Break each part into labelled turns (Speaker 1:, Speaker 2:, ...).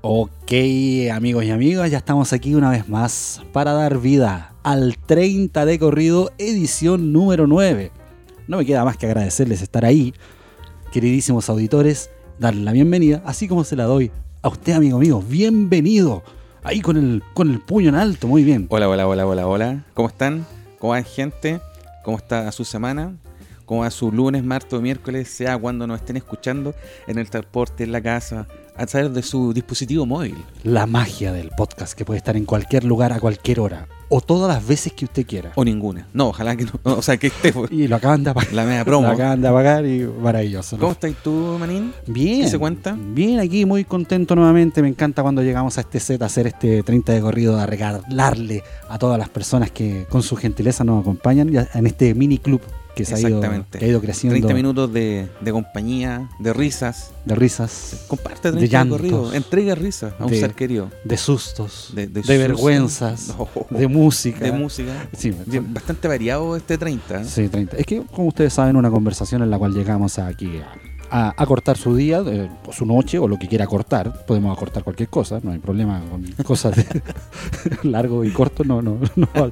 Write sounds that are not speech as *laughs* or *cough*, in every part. Speaker 1: Ok, amigos y amigas, ya estamos aquí una vez más para dar vida al 30 de corrido, edición número 9. No me queda más que agradecerles estar ahí, queridísimos auditores, darles la bienvenida, así como se la doy a usted, amigo mío. Bienvenido, ahí con el, con el puño en alto, muy bien.
Speaker 2: Hola, hola, hola, hola, hola. ¿Cómo están? ¿Cómo van, gente? ¿Cómo está su semana? ¿Cómo va su lunes, martes o miércoles, sea cuando nos estén escuchando en el transporte, en la casa, a través de su dispositivo móvil?
Speaker 1: La magia del podcast que puede estar en cualquier lugar a cualquier hora o todas las veces que usted quiera.
Speaker 2: O ninguna. No, ojalá que no. O sea, que esté pues,
Speaker 1: Y lo acaban de apagar.
Speaker 2: la media promo.
Speaker 1: Lo acaban de apagar y maravilloso. ¿no?
Speaker 2: ¿Cómo estás tú, Manín?
Speaker 1: Bien.
Speaker 2: ¿Qué se cuenta?
Speaker 1: Bien, aquí muy contento nuevamente. Me encanta cuando llegamos a este set a hacer este 30 de corrido, a regalarle a todas las personas que con su gentileza nos acompañan ya en este mini club que, se ha, ido,
Speaker 2: Exactamente.
Speaker 1: que ha ido creciendo
Speaker 2: 30 minutos de, de compañía, de risas.
Speaker 1: de risas,
Speaker 2: Comparte
Speaker 1: De
Speaker 2: 30
Speaker 1: llantos.
Speaker 2: corridos. Entrega risas a un
Speaker 1: De-
Speaker 2: ser querido.
Speaker 1: de sustos, de,
Speaker 2: De, de sus-
Speaker 1: vergüenzas,
Speaker 2: *laughs* No.
Speaker 1: de música.
Speaker 2: de música.
Speaker 1: Sí,
Speaker 2: Bien, Bastante variado este 30. ¿eh?
Speaker 1: Sí, 30. Es que, como ustedes saben, una conversación en la cual llegamos aquí a, a- a cortar su día, eh, o su noche, o lo que quiera cortar. Podemos acortar cualquier cosa, no hay problema con *laughs* cosas de- largo y corto, no, no, no, va,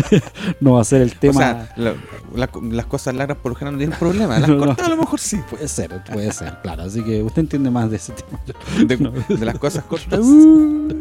Speaker 1: *laughs* no va a ser el tema.
Speaker 2: O sea, la- la- las cosas largas por lo general no
Speaker 1: *laughs*
Speaker 2: tienen problema. Las
Speaker 1: No, no.
Speaker 2: cortas a lo mejor sí. pues.
Speaker 1: *laughs* puede ser, puede ser, claro. Así que usted entiende más de ese tema. Yo-
Speaker 2: De, de las cosas cortas.
Speaker 1: uh.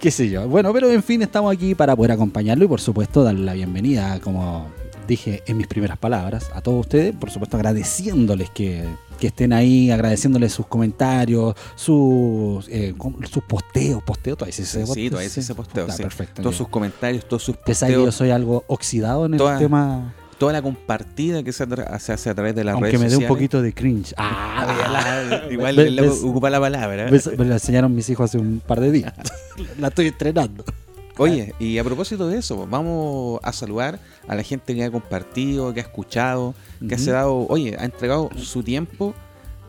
Speaker 1: Qué sé yo. Bueno, pero en fin, estamos aquí para poder acompañarlo y por supuesto darle la bienvenida, como dije en mis primeras palabras, a todos ustedes, por supuesto agradeciéndoles que, que estén ahí, agradeciéndoles sus comentarios, sus, eh, com- sus posteos, posteos, todavía se dice
Speaker 2: Sí,
Speaker 1: posteo?
Speaker 2: todavía se dice posteo,
Speaker 1: Está
Speaker 2: sí.
Speaker 1: perfecto.
Speaker 2: todos
Speaker 1: ya.
Speaker 2: sus comentarios, todos sus
Speaker 1: Pese a que yo
Speaker 2: posteos,
Speaker 1: soy algo oxidado en el
Speaker 2: Todas-
Speaker 1: tema,
Speaker 2: toda la compartida que se, atra- se hace a través de las
Speaker 1: aunque
Speaker 2: redes
Speaker 1: me dé un
Speaker 2: sociales.
Speaker 1: poquito de Pues, cringe. Ah,
Speaker 2: Ah,
Speaker 1: *laughs*
Speaker 2: la- igual
Speaker 1: Ves-
Speaker 2: le- le-
Speaker 1: ves-
Speaker 2: ocupa la palabra. ¿eh?
Speaker 1: me, me la enseñaron mis hijos hace un par de
Speaker 2: *laughs*
Speaker 1: días. la estoy estrenando.
Speaker 2: Oye, y a propósito de eso, vamos a saludar a la gente que ha compartido, que ha escuchado, que
Speaker 1: Ujú.
Speaker 2: se ha dado, oye, ha entregado su tiempo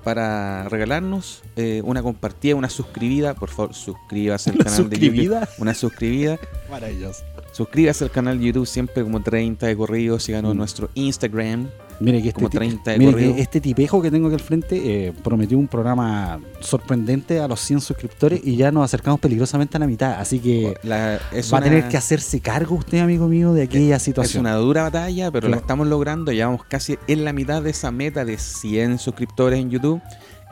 Speaker 2: para regalarnos eh, una compartida, una suscribida. Por favor, suscríbase al
Speaker 1: ¿Una
Speaker 2: canal
Speaker 1: *laughs*
Speaker 2: de
Speaker 1: suscribida?
Speaker 2: YouTube. Una suscribida.
Speaker 1: Maravilloso.
Speaker 2: Suscríbase al canal de YouTube siempre como 30 de corrido. Síganos
Speaker 1: Mm.
Speaker 2: en nuestro Instagram.
Speaker 1: Mire que este,
Speaker 2: Como
Speaker 1: ti-
Speaker 2: 30 de
Speaker 1: mire que
Speaker 2: corrido.
Speaker 1: este tipejo que tengo aquí al frente eh, prometió un programa sorprendente a los 100 suscriptores y ya nos acercamos peligrosamente a la mitad. Así que
Speaker 2: La- es
Speaker 1: Eh, va
Speaker 2: una-
Speaker 1: a tener que hacerse cargo usted, amigo mío, de aquella
Speaker 2: Es
Speaker 1: situación.
Speaker 2: una dura batalla, pero
Speaker 1: Sí.
Speaker 2: la estamos logrando. Ya vamos casi en la mitad de esa meta de 100 suscriptores en YouTube.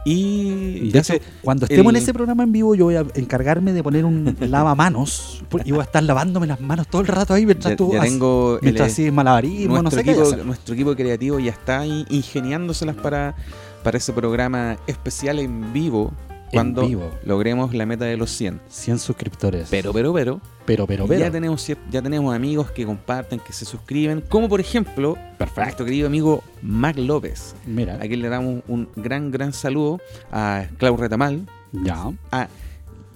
Speaker 2: Y
Speaker 1: de
Speaker 2: ya
Speaker 1: hecho,
Speaker 2: se-
Speaker 1: cuando estemos
Speaker 2: el-
Speaker 1: en ese programa en vivo, yo voy a encargarme de poner
Speaker 2: *laughs*
Speaker 1: un lavamanos por- y voy a estar lavándome las manos todo el rato ahí mientras
Speaker 2: ya,
Speaker 1: tú
Speaker 2: ya
Speaker 1: haces-
Speaker 2: tengo el- eh,
Speaker 1: mientras haces malabarismo,
Speaker 2: nuestro,
Speaker 1: no sé qué.
Speaker 2: equipo,
Speaker 1: hacer.
Speaker 2: nuestro equipo creativo ya está ahí ingeniándoselas para, para ese programa especial en vivo cuando
Speaker 1: vivo.
Speaker 2: logremos la meta de los 100.
Speaker 1: 100 suscriptores.
Speaker 2: Pero, pero, pero,
Speaker 1: pero, pero, pero.
Speaker 2: Ya, tenemos, cier- ya tenemos amigos que comparten, que se suscriben, como por ejemplo
Speaker 1: Perfecto.
Speaker 2: nuestro querido amigo Mac López.
Speaker 1: Mira,
Speaker 2: Aquí le damos un gran, gran saludo a Clau Retamal,
Speaker 1: ya.
Speaker 2: a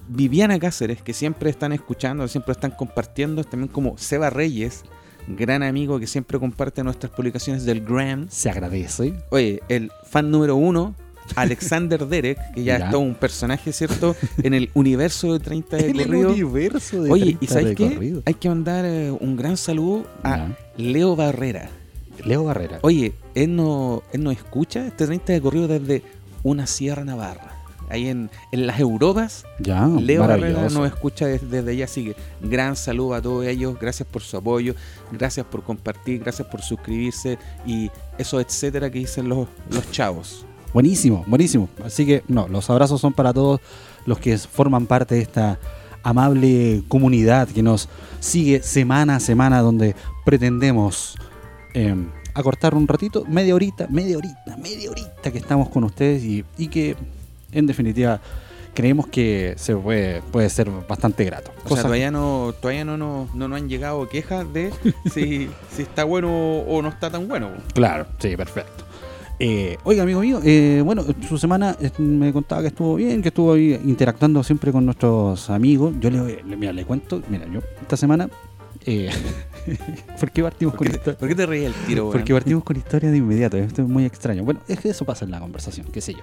Speaker 2: Viviana Cáceres, que siempre están escuchando, siempre están compartiendo, también como Seba Reyes, gran amigo que siempre comparte nuestras publicaciones del Gram.
Speaker 1: Se agradece.
Speaker 2: Oye, el fan
Speaker 1: *laughs*
Speaker 2: número uno, Alexander Derek, que ya,
Speaker 1: Ya.
Speaker 2: es todo un personaje, ¿cierto? En el universo de
Speaker 1: *laughs*
Speaker 2: 30 de
Speaker 1: El
Speaker 2: corrido.
Speaker 1: universo de
Speaker 2: Oye, ¿y
Speaker 1: 30 de
Speaker 2: sabes qué? Ah,
Speaker 1: corrido.
Speaker 2: Hay que mandar eh, un gran saludo a
Speaker 1: Ya.
Speaker 2: Leo Barrera.
Speaker 1: Leo Barrera.
Speaker 2: Oye, él no, él no escucha este 30 de corrido desde una Sierra Navarra. Ahí en, en las Europas,
Speaker 1: ya,
Speaker 2: Leo Barrera
Speaker 1: Mm, maravilloso.
Speaker 2: nos escucha des- desde, allá. Así que gran saludo a todos ellos. Gracias por su apoyo. Gracias por compartir. Gracias por suscribirse. Y eso, etcétera, que dicen los, los chavos.
Speaker 1: Buenísimo, buenísimo. Así que, no, los abrazos son para todos los que forman parte de esta amable comunidad que nos sigue semana a semana, donde pretendemos eh, acortar un ratito, media horita, media horita, media horita que estamos con ustedes y, y que, en definitiva, creemos que se puede, puede ser bastante grato.
Speaker 2: O sea,
Speaker 1: Cosa-
Speaker 2: todavía no, todavía no nos no, nos han llegado quejas de
Speaker 1: *laughs*
Speaker 2: si, si está bueno o no está tan bueno.
Speaker 1: Claro, sí, perfecto. Eh, oiga, amigo mío, eh, bueno, su semana eh, me contaba que estuvo bien, que estuvo ahí interactuando siempre con nuestros amigos. Yo le, le- mira, le cuento, mira, yo esta semana, eh, *laughs* ¿por qué partimos
Speaker 2: ¿Por
Speaker 1: con
Speaker 2: qué, te,
Speaker 1: esto?
Speaker 2: por qué te reí el tiro, weón?
Speaker 1: Porque partimos con historia de inmediato, esto es muy extraño. Bueno, es que eso pasa en la conversación, qué sé yo.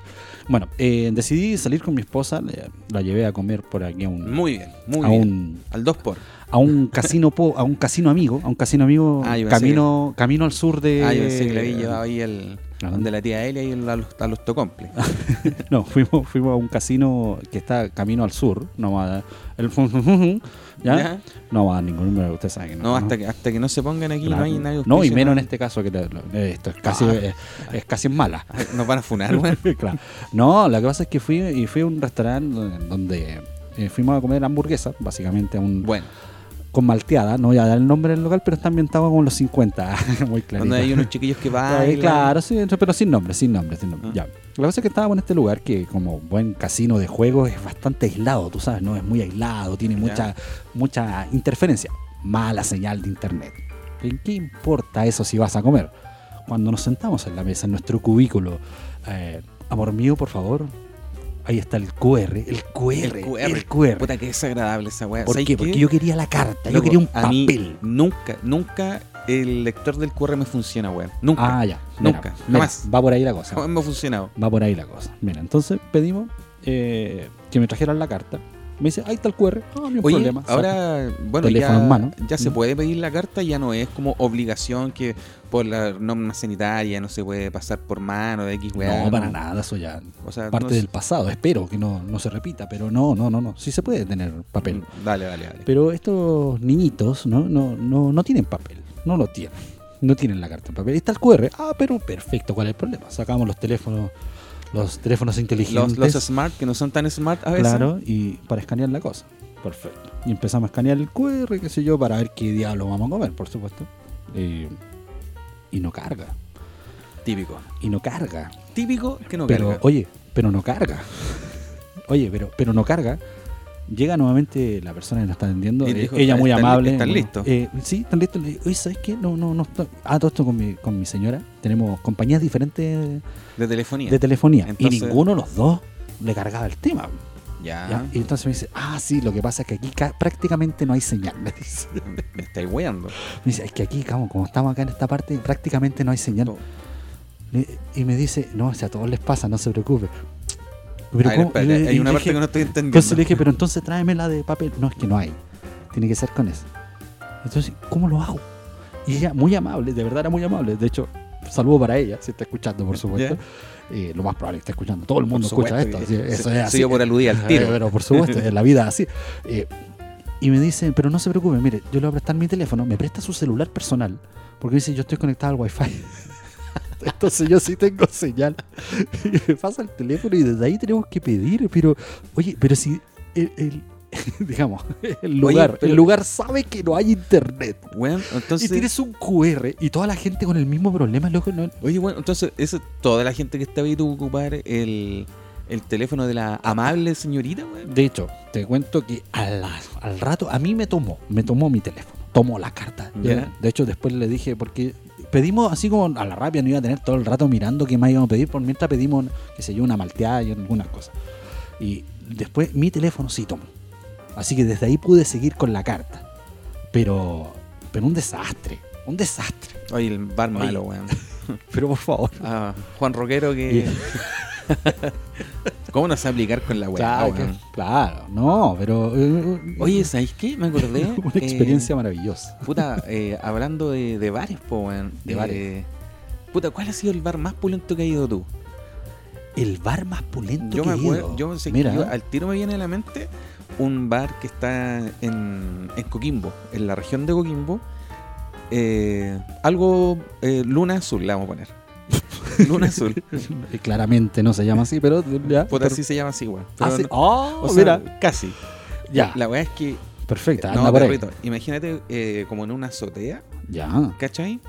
Speaker 1: Bueno, eh, decidí salir con mi esposa, le- la llevé a comer por aquí a un,
Speaker 2: Muy bien, muy
Speaker 1: a
Speaker 2: bien.
Speaker 1: un
Speaker 2: Al 2 por.
Speaker 1: a un casino po- a un casino amigo, a un casino amigo
Speaker 2: Ah, yo pensé
Speaker 1: camino camino al sur de Eh,
Speaker 2: Ah, yo pensé que le había llevado ahí el,
Speaker 1: ¿A dónde?
Speaker 2: donde la tía Elia y el- a los, a los tocomples.
Speaker 1: No, fuimos, fuimos a un casino que está camino al sur. No va a dar. El fun, fun, fun, fun, *laughs* ¿ya?
Speaker 2: Ya.
Speaker 1: No va a dar ningún número, usted sabe que no.
Speaker 2: No, hasta que, hasta que no se pongan aquí,
Speaker 1: Claro.
Speaker 2: no hay nadie.
Speaker 1: No, y
Speaker 2: auspicio,
Speaker 1: menos en este caso que te- lo- esto es casi,
Speaker 2: Ah.
Speaker 1: es, es casi mala.
Speaker 2: Ay, Nos van a funar, weón.
Speaker 1: este- *laughs* Claro. No, lo que pasa es que fui y fui a un restaurante donde eh, fuimos a comer hamburguesa, básicamente a un,
Speaker 2: Bueno,
Speaker 1: con malteada, no voy a dar el nombre del local, pero está ambientado como en los 50, *laughs* muy clarito.
Speaker 2: donde hay unos chiquillos que
Speaker 1: Ahí,
Speaker 2: bailan.
Speaker 1: claro, sí, entra- pero sin nombre, sin nombre, sin nombre.
Speaker 2: Ah.
Speaker 1: Ya. La cosa es que estábamos en este lugar que como buen casino de juegos es bastante aislado, tú sabes, ¿no? Es muy aislado, tiene
Speaker 2: Ya.
Speaker 1: mucha, mucha interferencia. Mala señal de internet. ¿En qué importa eso si vas a comer? Cuando nos sentamos en la mesa, en nuestro cubículo, eh, amor mío, por favor, ahí está el QR, el QR, el QR.
Speaker 2: Puta, que desagradable esa weá.
Speaker 1: ¿Por
Speaker 2: ¿Sabes
Speaker 1: qué? Porque yo quería la carta, yo
Speaker 2: Loco,
Speaker 1: quería un
Speaker 2: a mí
Speaker 1: papel.
Speaker 2: nunca, nunca el lector del QR me funciona, weón. Nunca.
Speaker 1: Ah, ya.
Speaker 2: Nunca,
Speaker 1: mira,
Speaker 2: jamás.
Speaker 1: Va por ahí la cosa.
Speaker 2: Jamás me ha funcionado.
Speaker 1: Va por ahí la cosa. Mira, entonces pedimos eh, que me trajeran la carta. Me dice, ahí está el QR. Ah, ni un
Speaker 2: Oye,
Speaker 1: problema. Saca.
Speaker 2: ahora, bueno,
Speaker 1: Teléfono
Speaker 2: ya,
Speaker 1: en mano.
Speaker 2: ya se
Speaker 1: Mm.
Speaker 2: puede pedir la carta, ya no es como obligación que por la norma sanitaria no se puede pasar por mano de X, weá.
Speaker 1: no, para nada, eso ya.
Speaker 2: O sea,
Speaker 1: Parte
Speaker 2: no
Speaker 1: del pasado, espero que no, no se repita, pero no, no, no, no. Sí se puede tener papel.
Speaker 2: Mm, Dale, dale, dale.
Speaker 1: Pero estos niñitos no, no, no, no tienen papel, no lo tienen. No tienen la carta en papel. Está el QR. Ah, pero perfecto, ¿cuál es el problema? Sacamos los teléfonos, los teléfonos inteligentes.
Speaker 2: Los, los smart que no son tan smart a veces.
Speaker 1: Claro, y para escanear la cosa. Perfecto. Y empezamos a escanear el QR, qué sé yo, para ver qué diablo vamos a comer, por supuesto. Eh, y no carga.
Speaker 2: Típico.
Speaker 1: Y no carga.
Speaker 2: Típico que no
Speaker 1: pero,
Speaker 2: carga.
Speaker 1: oye, pero no carga. *laughs* Oye, pero, pero no carga. Llega nuevamente la persona que nos está atendiendo.
Speaker 2: Y
Speaker 1: eh,
Speaker 2: dijo,
Speaker 1: ella muy
Speaker 2: "Están li-
Speaker 1: amable.
Speaker 2: están
Speaker 1: bueno,
Speaker 2: listos".
Speaker 1: eh, sí, están listos. Le digo, Oye, ¿sabes qué? No, no, no. está- Ah, todo esto con mi, con mi señora. Tenemos compañías diferentes
Speaker 2: De telefonía.
Speaker 1: de telefonía. y
Speaker 2: Entonces-
Speaker 1: ninguno de los dos le cargaba el tema.
Speaker 2: ya.
Speaker 1: ¿Ya? Y entonces me dice, ah, sí, lo que pasa es que aquí ca- prácticamente no hay señal. *laughs* Me dice,
Speaker 2: Me estáis weando.
Speaker 1: me dice, es que aquí, como, como estamos acá en esta parte, prácticamente no hay señal.
Speaker 2: No.
Speaker 1: Le- y me dice, no, o sea, a todos les pasa, no se preocupe. Pero
Speaker 2: A ver,
Speaker 1: ¿cómo?
Speaker 2: espérate,
Speaker 1: Y le- y
Speaker 2: hay una
Speaker 1: le
Speaker 2: parte
Speaker 1: dije-
Speaker 2: que no estoy entendiendo.
Speaker 1: Entonces le dije, pero entonces tráeme la de papel. No, es que no hay. Tiene que ser con esa. Entonces, ¿cómo lo hago? Y ella, muy amable, de verdad era muy amable. De hecho, saludo para ella, si está escuchando, por supuesto. Eh, lo más probable es que está escuchando. Todo el mundo escucha esto.
Speaker 2: supuesto, eh,
Speaker 1: sí,
Speaker 2: y-
Speaker 1: eso
Speaker 2: se-
Speaker 1: es
Speaker 2: se
Speaker 1: así.
Speaker 2: dio por aludida
Speaker 1: *laughs*
Speaker 2: al tiro.
Speaker 1: Eh, Pero por supuesto, en la vida es así. Eh, y me dice, pero no se preocupe, mire, yo le voy a prestar mi teléfono, me presta su celular personal, porque dice, yo estoy conectado al wifi. *laughs* Entonces yo sí tengo señal. *laughs* Y me pasa el teléfono y desde ahí tenemos que pedir, pero, oye, pero si el, *laughs* el- digamos, el lugar,
Speaker 2: pero-
Speaker 1: el lugar sabe que no hay internet.
Speaker 2: Weón, entonces.
Speaker 1: y tienes un QR y toda la gente con el mismo problema, loco, no,
Speaker 2: Oye, bueno, entonces, eso, toda la gente que está habituada a ocupar el, el teléfono de la amable señorita, weón.
Speaker 1: De hecho, te cuento que al, al rato a mí me tomó, me tomó mi teléfono, tomó la carta.
Speaker 2: Ya.
Speaker 1: Yo, De hecho, después le dije, porque pedimos así como a la rabia, no iba a tener todo el rato mirando qué más íbamos a pedir, por mientras pedimos, qué sé yo, una malteada y algunas cosas. Y después mi teléfono sí tomó. Así que desde ahí pude seguir con la carta. Pero, pero un desastre, un desastre.
Speaker 2: Oye, el bar
Speaker 1: Oye.
Speaker 2: malo, weón.
Speaker 1: Pero por favor.
Speaker 2: Ah, Juan
Speaker 1: *laughs*
Speaker 2: Roquero que. *laughs* ¿Cómo nos va a aplicar con la weá?
Speaker 1: claro,
Speaker 2: weón?
Speaker 1: que- claro, no, pero... eh,
Speaker 2: Oye, ¿sabéis qué? Me acordé.
Speaker 1: *laughs* una
Speaker 2: eh,
Speaker 1: experiencia maravillosa.
Speaker 2: Puta, eh, hablando de, de bares, po, weón.
Speaker 1: De
Speaker 2: Eh,
Speaker 1: bares.
Speaker 2: Puta, ¿cuál ha sido el bar más pulento que has ido tú?
Speaker 1: El bar más pulento
Speaker 2: Yo
Speaker 1: que
Speaker 2: me
Speaker 1: he
Speaker 2: acuerdo,
Speaker 1: ido.
Speaker 2: yo sé que
Speaker 1: Mira,
Speaker 2: yo- al tiro me viene a la mente un bar que está en, en Coquimbo, en la región de Coquimbo. Eh, algo eh, Luna Azul, le vamos
Speaker 1: *laughs*
Speaker 2: a poner. Luna Azul.
Speaker 1: eh, claramente no se llama así, pero ya.
Speaker 2: Puta,
Speaker 1: pero-
Speaker 2: así se llama así, weón.
Speaker 1: Ah,
Speaker 2: Pero
Speaker 1: sí.
Speaker 2: no-
Speaker 1: Ah,
Speaker 2: o sea,
Speaker 1: mira,
Speaker 2: casi.
Speaker 1: ya. Ah,
Speaker 2: La weá es que.
Speaker 1: Perfecta,
Speaker 2: no,
Speaker 1: anda por ahí.
Speaker 2: perrito, imagínate eh, como en una azotea,
Speaker 1: Ya,
Speaker 2: ¿cachai?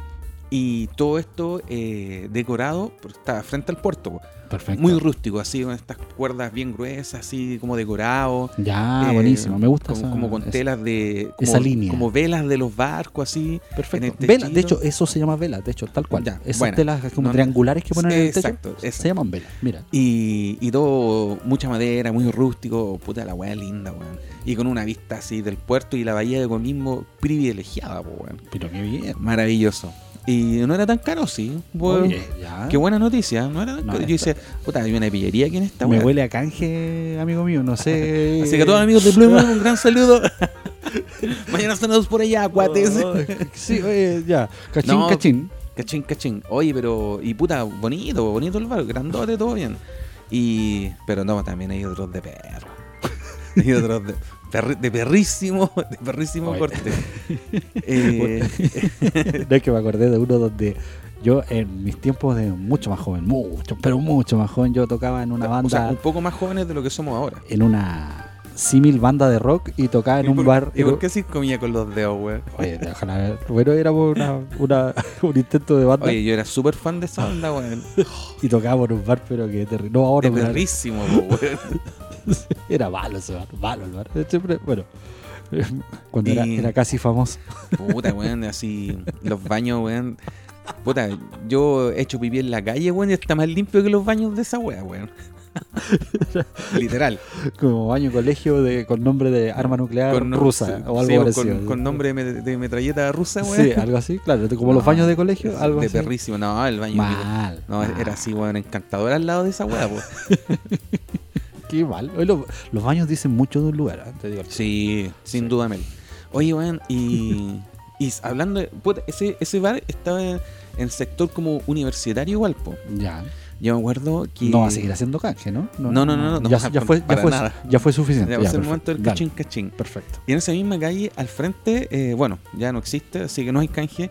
Speaker 2: Y todo esto eh, decorado, porque está frente al puerto, po.
Speaker 1: perfecto.
Speaker 2: muy rústico, así con estas cuerdas bien gruesas, así como decorado.
Speaker 1: ya,
Speaker 2: Eh,
Speaker 1: Ah, buenísimo, me gusta.
Speaker 2: como,
Speaker 1: esa-
Speaker 2: como con
Speaker 1: esa-
Speaker 2: telas de como,
Speaker 1: esa línea.
Speaker 2: como velas de los barcos así en
Speaker 1: Perfecto.
Speaker 2: el
Speaker 1: Velas, de
Speaker 2: techito.
Speaker 1: hecho, eso se llama velas, de hecho, tal cual.
Speaker 2: Ya,
Speaker 1: Esas
Speaker 2: bueno.
Speaker 1: telas como
Speaker 2: No, no.
Speaker 1: triangulares que ponen en el techo
Speaker 2: Exacto, eso.
Speaker 1: se llaman velas. Mira,
Speaker 2: y, y todo mucha madera muy rústico puta la weá linda weón y con una vista así del puerto y la bahía de Coquimbo privilegiada po, weón
Speaker 1: pero qué bien.
Speaker 2: maravilloso y no era tan caro sí weón.
Speaker 1: Oye, ya.
Speaker 2: qué buena noticia no era tan
Speaker 1: No,
Speaker 2: caro.
Speaker 1: es
Speaker 2: yo decía puta hay una pillería aquí en esta
Speaker 1: me
Speaker 2: weá.
Speaker 1: huele a canje, amigo mío, no sé.
Speaker 2: *laughs* así que a todos amigos de
Speaker 1: *laughs*
Speaker 2: Blue Moon, un gran saludo *laughs* Oh, mañana nos por allá cuates
Speaker 1: *laughs* Sí, oye, ya. Cachín,
Speaker 2: No.
Speaker 1: cachín.
Speaker 2: Cachín, cachín. Oye, pero. Y puta, bonito, bonito el bar, grandote, todo bien. Y. Pero no, también hay otros de perro. hay otros de. perri- de perrísimo, de perrísimo
Speaker 1: Oye.
Speaker 2: *laughs* corte. Eh,
Speaker 1: *laughs* No es que me acordé de uno donde yo en mis tiempos de mucho más joven, mucho, pero mucho más joven, yo tocaba en una banda,
Speaker 2: O sea, un poco más jóvenes de lo que somos ahora.
Speaker 1: en una símil banda de rock y tocaba en
Speaker 2: ¿Y
Speaker 1: un
Speaker 2: por-
Speaker 1: bar.
Speaker 2: ¿Y por qué así comía con los dedos, güey?
Speaker 1: Oye, déjala ver. Bueno, era por una, una- *laughs* un intento de banda
Speaker 2: Oye, yo era súper fan de esa onda, güey.
Speaker 1: y tocaba por un bar, pero que terrible. No, ahora
Speaker 2: De
Speaker 1: pero era,
Speaker 2: perrísimo, po, güey.
Speaker 1: *laughs* era malo ese bar, malo el bar. Eh, Siempre, bueno, *laughs* cuando era,
Speaker 2: Y-
Speaker 1: era casi famoso. *laughs*
Speaker 2: Puta, weón, así. Los baños, weón. Puta, yo he hecho pipí en la calle, weón, y está más limpio que los baños de esa
Speaker 1: *laughs*
Speaker 2: wea, weón. Literal.
Speaker 1: Como baño colegio de, con nombre de arma nuclear
Speaker 2: nom-
Speaker 1: Ah, rusa
Speaker 2: sí,
Speaker 1: o algo
Speaker 2: sí,
Speaker 1: parecido.
Speaker 2: con, con nombre de, met- de metralleta rusa, weón.
Speaker 1: Sí, algo así, claro. Como los
Speaker 2: No,
Speaker 1: baños de
Speaker 2: *laughs*
Speaker 1: colegio, algo
Speaker 2: de
Speaker 1: así.
Speaker 2: perrísimo. No, el baño.
Speaker 1: Mal.
Speaker 2: No,
Speaker 1: mal.
Speaker 2: era así, weón, encantador al lado de esa
Speaker 1: *laughs*
Speaker 2: wea, weón.
Speaker 1: Qué mal. Oye, lo- los baños dicen mucho de un lugar. ¿eh? Te digo.
Speaker 2: Sí, sin
Speaker 1: Sí.
Speaker 2: duda, Mel. Oye, weón, y, y hablando de. Puta, ese, ese bar estaba en, en sector como universitario, igual, po.
Speaker 1: Ya.
Speaker 2: Yo me acuerdo que.
Speaker 1: No va a seguir haciendo canje, ¿no?
Speaker 2: No, no, no, no, no
Speaker 1: ya,
Speaker 2: va a
Speaker 1: ya fue, ya,
Speaker 2: para
Speaker 1: fue,
Speaker 2: nada.
Speaker 1: ya fue suficiente.
Speaker 2: Ya,
Speaker 1: ya,
Speaker 2: va a ser el
Speaker 1: perfecto.
Speaker 2: momento del
Speaker 1: Dale,
Speaker 2: cachín, cachín.
Speaker 1: Perfecto.
Speaker 2: Y en esa misma calle, al frente, eh, bueno, ya no existe, así que no hay canje,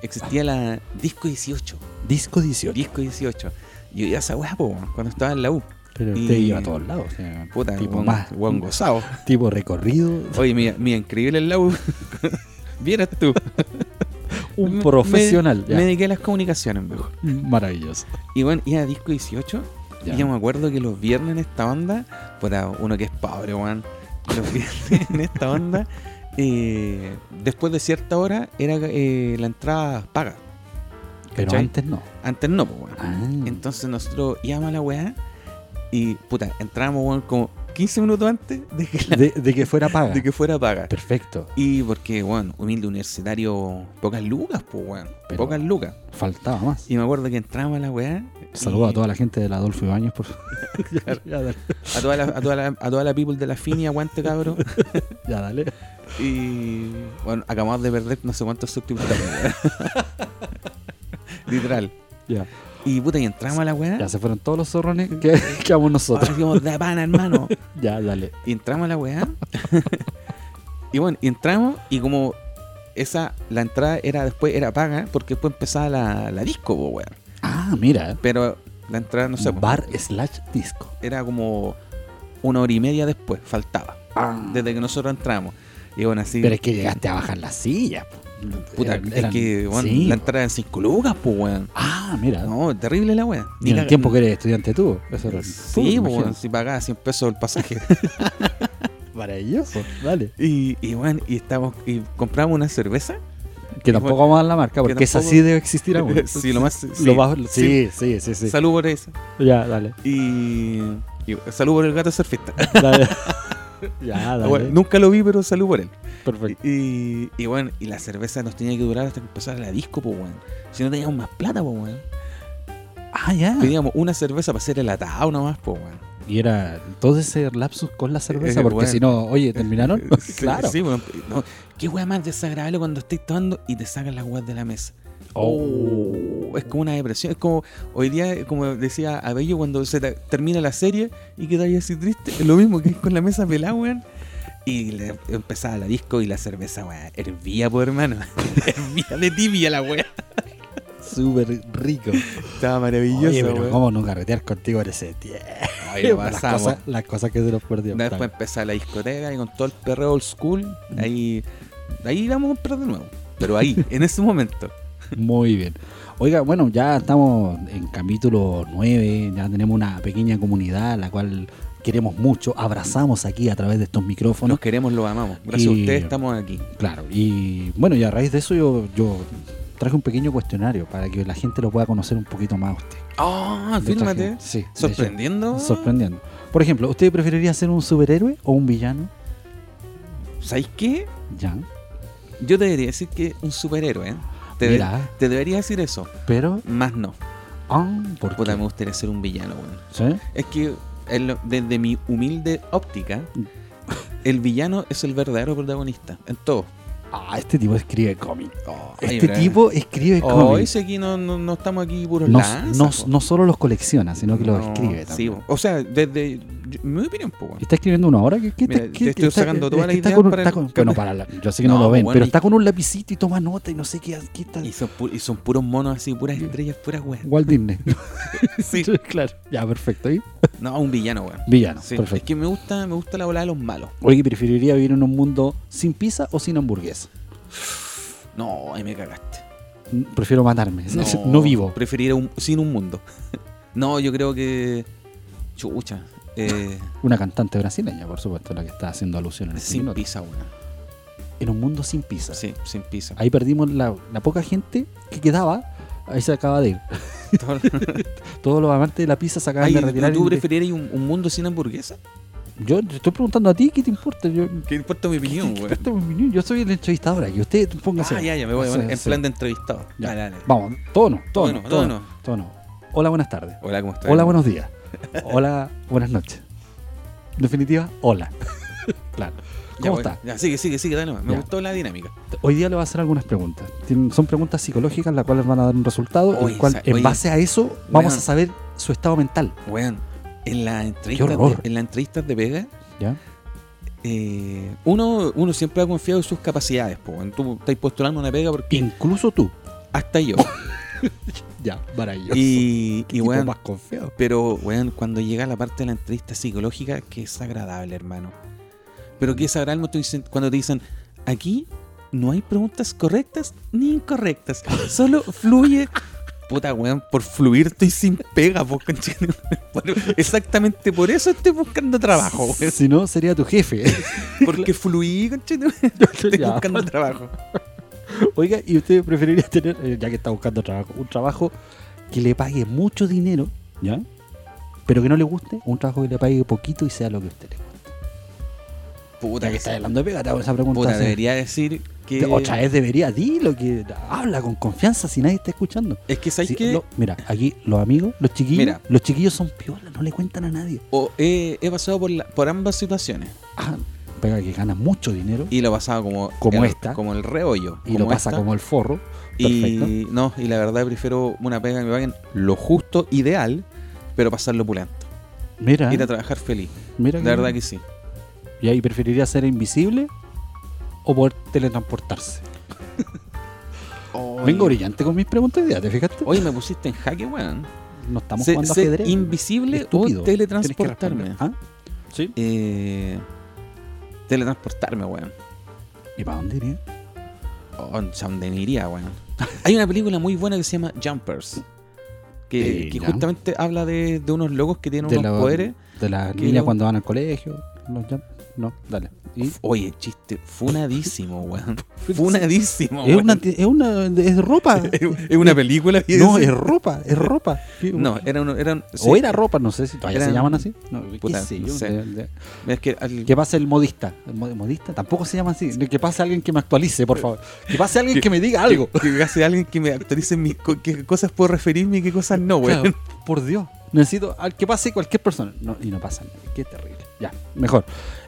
Speaker 2: existía la Disco 18.
Speaker 1: Disco 18.
Speaker 2: Disco 18. Yo iba a esa weá, po, weón, cuando estaba en la U.
Speaker 1: Pero
Speaker 2: Y-
Speaker 1: usted iba a todos lados. o sea,
Speaker 2: Puta,
Speaker 1: tipo,
Speaker 2: weón,
Speaker 1: más,
Speaker 2: weón gozado.
Speaker 1: tipo
Speaker 2: *laughs*
Speaker 1: recorrido.
Speaker 2: Oye, mira, mira, increíble en la U. *laughs* Vieras tú.
Speaker 1: Un
Speaker 2: Me-
Speaker 1: profesional.
Speaker 2: Me,
Speaker 1: ya.
Speaker 2: me dediqué a las comunicaciones, mejor.
Speaker 1: Maravilloso.
Speaker 2: Y bueno, iba a Disco 18
Speaker 1: Ya.
Speaker 2: Y yo me acuerdo que los viernes en esta banda, puta, uno que es pobre, weón. Los *laughs* viernes en esta banda, eh, después de cierta hora, era eh, la entrada paga.
Speaker 1: Pero
Speaker 2: ¿cachai?
Speaker 1: antes no.
Speaker 2: Antes no, pues, weón.
Speaker 1: Ah,
Speaker 2: Entonces nosotros íbamos a la weá y, puta, entrábamos, weón, como 15 minutos antes de que, la-
Speaker 1: de, de que fuera paga.
Speaker 2: *laughs* de que fuera paga.
Speaker 1: Perfecto.
Speaker 2: Y porque, weón, humilde universitario, pocas lucas, pues, weón.
Speaker 1: Pero-
Speaker 2: Pocas lucas.
Speaker 1: Faltaba más.
Speaker 2: Y me acuerdo que entramos a la weá.
Speaker 1: Saludo
Speaker 2: y-
Speaker 1: a toda la gente del Adolfo Ibañez. Por...
Speaker 2: *laughs*
Speaker 1: ya, *laughs* ya, dale.
Speaker 2: A toda la, a toda la, a toda la people de la Fini, aguante,
Speaker 1: *laughs*
Speaker 2: cabrón.
Speaker 1: Ya, dale.
Speaker 2: Y bueno, acabamos de perder no sé cuántos suscriptores.
Speaker 1: *laughs*
Speaker 2: weón. Literal.
Speaker 1: Ya.
Speaker 2: Y puta, y entramos a la weá.
Speaker 1: Ya se fueron todos los zorrones que
Speaker 2: *laughs*
Speaker 1: quedamos
Speaker 2: Ahora
Speaker 1: nosotros.
Speaker 2: dijimos, de pana, hermano.
Speaker 1: Ya, dale.
Speaker 2: Y entramos a la weá. *laughs* y bueno, y entramos y como esa, la entrada era después, era paga, porque después empezaba la, la disco, po, weón.
Speaker 1: Ah, mira.
Speaker 2: Pero la entrada, no sé, po,
Speaker 1: Bar slash disco.
Speaker 2: era como una hora y media después, faltaba. Desde que nosotros entramos. Y bueno, así.
Speaker 1: Ah. Pero es que llegaste a bajar la silla. po.
Speaker 2: puta,
Speaker 1: Eran-
Speaker 2: es
Speaker 1: eran-
Speaker 2: que bueno,
Speaker 1: sí.
Speaker 2: la entrada en 5 lucas, pues weón.
Speaker 1: Ah, mira.
Speaker 2: No, terrible la wea.
Speaker 1: Ni en el tiempo que eres estudiante tú. Eso era-
Speaker 2: Sí,
Speaker 1: Puh,
Speaker 2: pues,
Speaker 1: imagínate.
Speaker 2: si pagaba 100 pesos el pasaje. *laughs*
Speaker 1: Maravilloso. Dale.
Speaker 2: y, y bueno, y estamos, y compramos una cerveza.
Speaker 1: Que tampoco vamos a dar la marca, porque esa
Speaker 2: tampoco-
Speaker 1: sí debe existir aún.
Speaker 2: *laughs* sí, lo más. sí.
Speaker 1: Lo bajo- sí, sí, sí, sí.
Speaker 2: Salud por eso.
Speaker 1: Ya, dale.
Speaker 2: Y, y salud por el gato surfista.
Speaker 1: dale. *laughs*
Speaker 2: *laughs*
Speaker 1: ya, Ah, dale. Pues.
Speaker 2: Bueno, nunca lo vi, pero salud por él.
Speaker 1: Perfecto.
Speaker 2: Y, y bueno, y la cerveza nos tenía que durar hasta que empezara la disco, pues weón. Si no teníamos más plata, pues weón.
Speaker 1: Ah, ya.
Speaker 2: Pedíamos una cerveza para hacer el atado nomás, pues weón.
Speaker 1: Y era todo ese lapsus con la cerveza,
Speaker 2: Eh,
Speaker 1: porque
Speaker 2: bueno.
Speaker 1: si no, oye, ¿terminaron?
Speaker 2: *laughs*
Speaker 1: *laughs*
Speaker 2: Sí,
Speaker 1: claro.
Speaker 2: sí, weón. No, qué weá más desagradable cuando estés tomando y te sacan las weas de la mesa.
Speaker 1: Oh.
Speaker 2: Oh, es como una depresión. Es como hoy día, como decía Abello, cuando se te- termina la serie y quedaría así triste. Es lo mismo que con la mesa pelada, weón. Y le- empezaba la disco y la cerveza, weón. Hervía, por hermano. *laughs* hervía de tibia la weá.
Speaker 1: Súper rico.
Speaker 2: Estaba maravilloso,
Speaker 1: Oye, pero
Speaker 2: weón.
Speaker 1: cómo no carretear contigo en ese tiempo.
Speaker 2: Ahí lo
Speaker 1: Las
Speaker 2: pasamos.
Speaker 1: cosas, las cosas que se nos perdió.
Speaker 2: Después empezaba la discoteca y con todo el perreo old school. Ahí, ahí vamos a comprar de nuevo. Pero ahí,
Speaker 1: *laughs*
Speaker 2: en ese momento.
Speaker 1: Muy bien. Oiga, bueno, ya estamos en capítulo 9, ya tenemos una pequeña comunidad a la cual queremos mucho, abrazamos aquí a través de estos micrófonos.
Speaker 2: Nos queremos, los amamos. Gracias
Speaker 1: Y-
Speaker 2: a ustedes estamos aquí.
Speaker 1: Claro, y bueno, y a raíz de eso yo, yo traje un pequeño cuestionario para que la gente lo pueda conocer un poquito más a usted.
Speaker 2: ¡Ah!
Speaker 1: Le
Speaker 2: fírmate.
Speaker 1: traje- Sí, de hecho,
Speaker 2: Sorprendiendo.
Speaker 1: sorprendiendo. Por ejemplo, ¿usted preferiría ser un superhéroe o un villano?
Speaker 2: ¿Sabes qué?
Speaker 1: Ya,
Speaker 2: Yo te debería decir que un superhéroe. ¿eh? Te,
Speaker 1: Mira.
Speaker 2: te debería decir eso.
Speaker 1: pero...
Speaker 2: Más no.
Speaker 1: Ah, ¿por
Speaker 2: Puta,
Speaker 1: qué?
Speaker 2: me gustaría ser un villano, weón.
Speaker 1: ¿Sí?
Speaker 2: Es que en lo- desde mi
Speaker 1: Mm.
Speaker 2: humilde óptica, el villano es el verdadero protagonista. En todo.
Speaker 1: Ah, este tipo escribe cómic.
Speaker 2: Oh, ay,
Speaker 1: Este
Speaker 2: bra-
Speaker 1: tipo escribe
Speaker 2: Oh,
Speaker 1: cómic.
Speaker 2: ese aquí no, no, no estamos aquí puros
Speaker 1: No,
Speaker 2: lanzas,
Speaker 1: no-
Speaker 2: po.
Speaker 1: no solo los colecciona, sino que los
Speaker 2: No,
Speaker 1: escribe
Speaker 2: sí,
Speaker 1: también.
Speaker 2: po. o sea, desde yo- mi opinión, pues.
Speaker 1: ¿Está escribiendo uno ahora? ¿Qué, qué,
Speaker 2: Mira,
Speaker 1: qué-
Speaker 2: te
Speaker 1: qué-
Speaker 2: estoy
Speaker 1: está-
Speaker 2: sacando toda
Speaker 1: es
Speaker 2: la
Speaker 1: que está
Speaker 2: idea
Speaker 1: con un-
Speaker 2: para
Speaker 1: está
Speaker 2: el-
Speaker 1: con- bueno, para
Speaker 2: *laughs*
Speaker 1: la- yo sé que no,
Speaker 2: No,
Speaker 1: lo ven,
Speaker 2: bueno,
Speaker 1: pero
Speaker 2: y-
Speaker 1: está con un lapicito y toma nota y no sé qué, qué tal. *laughs*
Speaker 2: Y son, pu- y son puros monos así, puras estrellas, puras weas.
Speaker 1: Walt Disney.
Speaker 2: *laughs* Sí.
Speaker 1: *laughs* claro. Ya, perfecto. ¿Y?
Speaker 2: No, un villano, weón.
Speaker 1: Villano,
Speaker 2: Sí, Es
Speaker 1: perfecto.
Speaker 2: que me gusta, me gusta la bola de los malos.
Speaker 1: Oye, ¿preferiría vivir en un mundo sin pizza o sin hamburguesa?
Speaker 2: No, ahí me cagaste.
Speaker 1: N- Prefiero matarme. *laughs* No, vivo.
Speaker 2: Preferiría un, sin un mundo. *laughs* no, yo creo que. Chucha.
Speaker 1: *laughs*
Speaker 2: eh,
Speaker 1: Una cantante brasileña, por supuesto, la que está haciendo alusión en este
Speaker 2: sin
Speaker 1: minuto.
Speaker 2: pizza, weón.
Speaker 1: En un mundo sin pizza.
Speaker 2: Sí, sin
Speaker 1: *laughs*
Speaker 2: pizza.
Speaker 1: Ahí perdimos la, la poca gente que quedaba. Ahí se acaba de ir.
Speaker 2: Todo-
Speaker 1: Todos los amantes de la pizza se acaban
Speaker 2: Ay,
Speaker 1: de retirar.
Speaker 2: ¿Tú
Speaker 1: y-
Speaker 2: preferirías un, un mundo sin hamburguesa?
Speaker 1: Yo te estoy preguntando a ti, ¿qué te importa? Yo,
Speaker 2: ¿Qué importa mi opinión, weón?
Speaker 1: Esta es mi opinión, Yo soy el entrevistador aquí. Usted póngase.
Speaker 2: Ah, ya, ya, me voy.
Speaker 1: Sí,
Speaker 2: bueno, en
Speaker 1: sí.
Speaker 2: plan de entrevistado.
Speaker 1: Ya.
Speaker 2: Dale, dale.
Speaker 1: Vamos, todo no, todo
Speaker 2: Bueno,
Speaker 1: no, todo
Speaker 2: todo
Speaker 1: no,
Speaker 2: no.
Speaker 1: todo no. Hola, buenas tardes.
Speaker 2: Hola, ¿cómo estás?
Speaker 1: Hola, buenos días. Hola, buenas noches. En definitiva, hola. claro.
Speaker 2: Ya,
Speaker 1: ¿Cómo
Speaker 2: bueno,
Speaker 1: está?
Speaker 2: Ya, sigue, sigue, sigue, dale nomás. Me
Speaker 1: Ya.
Speaker 2: gustó la dinámica.
Speaker 1: Hoy día le voy a hacer algunas preguntas. Tienen- son preguntas psicológicas las cuales van a dar un resultado. el
Speaker 2: Oye,
Speaker 1: cual,
Speaker 2: esa-
Speaker 1: en
Speaker 2: oye,
Speaker 1: base a eso, vamos
Speaker 2: weón.
Speaker 1: a saber su estado mental.
Speaker 2: Weón, en las entrevistas de,
Speaker 1: horror.
Speaker 2: en las entrevistas de Vega,
Speaker 1: ¿ya?
Speaker 2: eh, uno, uno siempre ha confiado en sus capacidades, po. weón. Tú estás postulando una pega porque
Speaker 1: Incluso tú. *laughs*
Speaker 2: hasta yo.
Speaker 1: Ya, maravilloso.
Speaker 2: y, y
Speaker 1: Tipo
Speaker 2: weón,
Speaker 1: más confiado.
Speaker 2: pero weón, cuando llega la parte de la entrevista psicológica, que es agradable, hermano. Pero que es agradable te dicen- cuando te dicen, aquí no hay preguntas correctas ni incorrectas, solo fluye. Puta, weón, por fluir estoy sin pega, po, conchete. Bueno, exactamente por eso estoy buscando trabajo, weón.
Speaker 1: Si no, sería tu jefe.
Speaker 2: Porque fluí, conchete. *laughs*
Speaker 1: *laughs*
Speaker 2: Estoy
Speaker 1: Ya.
Speaker 2: buscando trabajo.
Speaker 1: Oiga, ¿y usted preferiría tener, eh, ya que está buscando trabajo, un trabajo que le pague mucho dinero, ¿ya? Pero que no le guste, o un trabajo que le pague poquito y sea lo que a usted le guste.
Speaker 2: Puta,
Speaker 1: Ya que
Speaker 2: que
Speaker 1: está
Speaker 2: se-
Speaker 1: hablando de pega, te hago esa pregunta.
Speaker 2: puta,
Speaker 1: así.
Speaker 2: debería decir que.
Speaker 1: Te- Otra vez debería, di lo que habla con confianza si nadie está escuchando.
Speaker 2: Es que, ¿sabes
Speaker 1: Sí,
Speaker 2: qué?
Speaker 1: lo- mira, aquí los amigos, los chiquillos,
Speaker 2: Mira.
Speaker 1: los chiquillos son piolas, no le cuentan a nadie.
Speaker 2: O he, he pasado por, la- por ambas situaciones.
Speaker 1: Ah, pega que gana mucho dinero y,
Speaker 2: Y lo he pasado como,
Speaker 1: Como
Speaker 2: el,
Speaker 1: esta.
Speaker 2: Como el reollo.
Speaker 1: lo pasa
Speaker 2: esta.
Speaker 1: como el forro. Perfecto.
Speaker 2: Y no, y la verdad prefiero una pega que me paguen lo justo, ideal, pero pasarlo pulento.
Speaker 1: Mira,
Speaker 2: Ir a trabajar feliz.
Speaker 1: mira
Speaker 2: La
Speaker 1: que-
Speaker 2: verdad que sí.
Speaker 1: ¿Y ahí preferiría ser invisible o poder teletransportarse? Vengo brillante con mis preguntas de día, ¿te fijaste?
Speaker 2: Hoy me pusiste en jaque, weón.
Speaker 1: no estamos
Speaker 2: Se-
Speaker 1: jugando
Speaker 2: ser
Speaker 1: ajedrez.
Speaker 2: invisible
Speaker 1: estúpido.
Speaker 2: o
Speaker 1: Tienes que
Speaker 2: teletransportarme.
Speaker 1: responder. ¿Ah? ¿Sí?
Speaker 2: Eh, teletransportarme, weón.
Speaker 1: ¿Y para dónde iría?
Speaker 2: Oh, ¿Dónde me
Speaker 1: *laughs*
Speaker 2: iría, weón? Hay una película muy buena que se llama Jumpers. Que,
Speaker 1: Eh,
Speaker 2: que
Speaker 1: ya.
Speaker 2: justamente habla de, de unos locos que tienen unos
Speaker 1: la-
Speaker 2: poderes.
Speaker 1: de las
Speaker 2: que
Speaker 1: niñas
Speaker 2: lo-
Speaker 1: cuando van al colegio. No, ya- no, dale. Y-
Speaker 2: F- Oye, chiste,
Speaker 1: *laughs*
Speaker 2: funadísimo, weón. Funadísimo,
Speaker 1: es,
Speaker 2: weón.
Speaker 1: una, es una. *laughs* Es ropa.
Speaker 2: *laughs* Es una película. y
Speaker 1: no,
Speaker 2: es-
Speaker 1: es ropa. Es ropa.
Speaker 2: *laughs* no, era un. Era un- sí,
Speaker 1: o era ropa, no sé si todavía se
Speaker 2: Eran-
Speaker 1: llaman así. No,
Speaker 2: puta,
Speaker 1: qué sé
Speaker 2: no
Speaker 1: yo,
Speaker 2: sé.
Speaker 1: de- de-
Speaker 2: Es que al-
Speaker 1: Que pase el modista. ¿El mod- modista? Tampoco se llama así. Que pase alguien que me actualice, por favor. Que pase alguien que me diga
Speaker 2: *laughs*
Speaker 1: algo.
Speaker 2: Que, que hace alguien que me actualice mis co- qué cosas puedo referirme y qué cosas no, weón.
Speaker 1: Claro, por Dios. Necesito al que pase cualquier persona. No, y no pasa nada. Qué terrible. Ya, mejor.